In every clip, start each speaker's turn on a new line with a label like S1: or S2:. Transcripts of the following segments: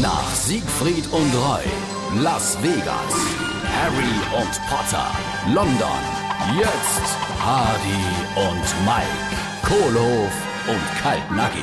S1: Nach Siegfried und Roy, Las Vegas, Harry und Potter, London, jetzt Hardy und Mike, Kohlhof und Kaltnackig.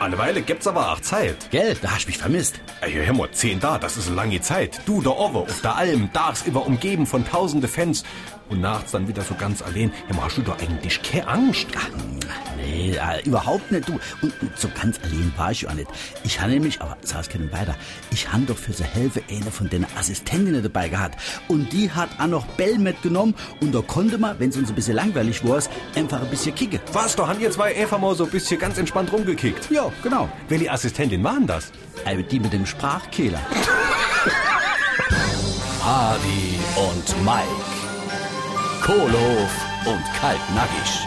S2: Eine Weile gibt's aber auch Zeit.
S1: Gell, da hast du mich vermisst.
S2: Ey, hör mal, zehn da, das ist eine lange Zeit. Du, der Owe, auf der Alm, dachs über umgeben von tausende Fans. Und nachts dann wieder so ganz allein. Hör mal, hast du da eigentlich keine Angst?
S1: Nee, äh, überhaupt nicht, du. Und so ganz allein war ich ja nicht. Ich habe nämlich, aber saß keinen weiter, ich habe doch für so Hilfe eine von den Assistentinnen dabei gehabt. Und die hat auch noch Bell mitgenommen. Und da konnte man, wenn es uns ein bisschen langweilig war, einfach ein bisschen kicken.
S2: Was, da haben ihr zwei einfach mal so ein bisschen ganz entspannt rumgekickt.
S1: Ja, genau.
S2: Welche Assistentin waren das?
S1: Also die mit dem Sprachkehler. Hardy und Mike. Kohlof und Kaltnackig.